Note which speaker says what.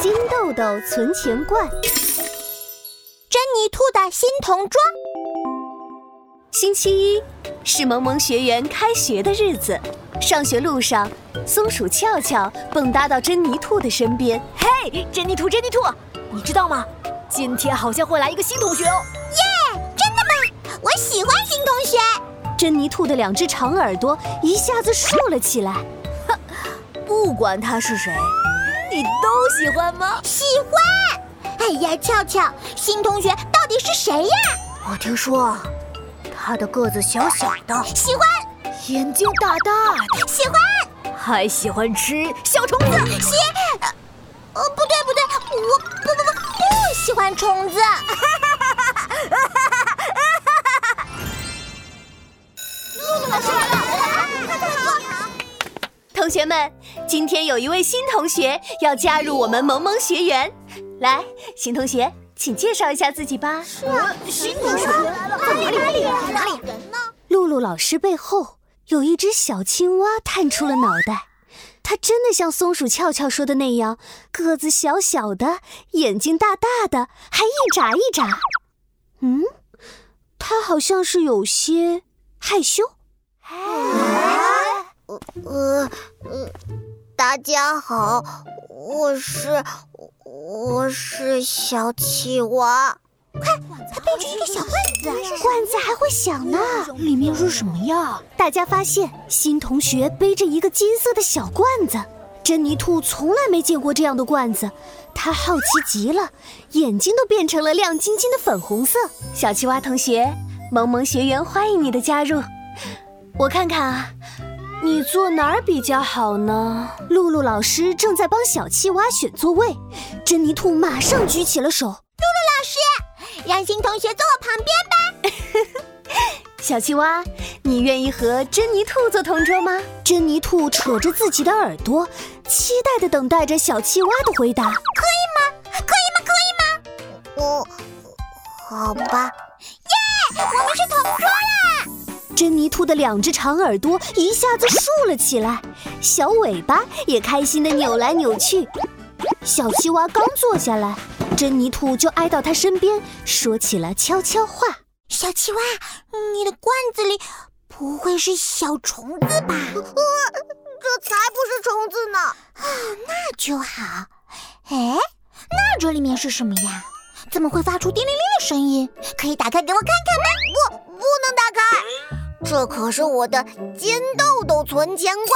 Speaker 1: 金豆豆存钱罐，
Speaker 2: 珍妮兔的新童装。
Speaker 3: 星期一是萌萌学园开学的日子。上学路上，松鼠翘翘蹦跶到珍妮兔的身边。
Speaker 4: 嘿，珍妮兔，珍妮兔，你知道吗？今天好像会来一个新同学哦。
Speaker 2: 耶，yeah, 真的吗？我喜欢新同学。
Speaker 3: 珍妮兔的两只长耳朵一下子竖了起来。
Speaker 4: 哼，不管他是谁，你都喜欢吗？
Speaker 2: 喜欢。哎呀，翘翘，新同学到底是谁呀？
Speaker 4: 我听说。他的个子小小的，
Speaker 2: 喜欢；
Speaker 4: 眼睛大大的，
Speaker 2: 喜欢；
Speaker 4: 还喜欢吃小虫子，
Speaker 2: 喜……呃，不对不对，我不不不不喜欢虫子。
Speaker 3: 露露老师来了！同学们，今天有一位新同学要加入我们萌萌学园，来，新同学。请介绍一下自己吧。
Speaker 2: 是啊，
Speaker 4: 新同学来了，在哪里？
Speaker 2: 哪里来哪里人呢？
Speaker 1: 露露老师背后有一只小青蛙探出了脑袋，它真的像松鼠翘翘说的那样，个子小小的，眼睛大大的，还一眨一眨。嗯，它好像是有些害羞。
Speaker 2: 哎，呃呃，大家好，我是。我是小青蛙，
Speaker 1: 快，它变成一个小罐子，
Speaker 2: 罐子还会响呢。
Speaker 5: 里面是什么呀？
Speaker 1: 大家发现新同学背着一个金色的小罐子，珍妮兔从来没见过这样的罐子，她好奇极了，眼睛都变成了亮晶晶的粉红色。
Speaker 3: 小青蛙同学，萌萌学园欢迎你的加入。我看看啊，你坐哪儿比较好呢？
Speaker 1: 露露老师正在帮小青蛙选座位。珍妮兔马上举起了手。露
Speaker 2: 露老师，让新同学坐我旁
Speaker 3: 边吧。小青蛙，你愿意和珍妮兔做同桌吗？
Speaker 1: 珍妮兔扯着自己的耳朵，期待的等待着小青蛙的回答。可
Speaker 2: 以吗？可以吗？可以吗？我、嗯，好吧。耶，yeah, 我们是同桌啦！
Speaker 1: 珍妮兔的两只长耳朵一下子竖了起来，小尾巴也开心的扭来扭去。小青蛙刚坐下来，珍妮兔就挨到它身边，说起了悄悄话：“
Speaker 2: 小青蛙，你的罐子里不会是小虫子吧？”“呃，
Speaker 6: 这才不是虫子呢！”“
Speaker 2: 啊，那就好。”“哎，那这里面是什么呀？怎么会发出叮铃铃的声音？可以打开给我看看
Speaker 6: 吗？”“不，不能打开。这可是我的金豆豆存钱罐。”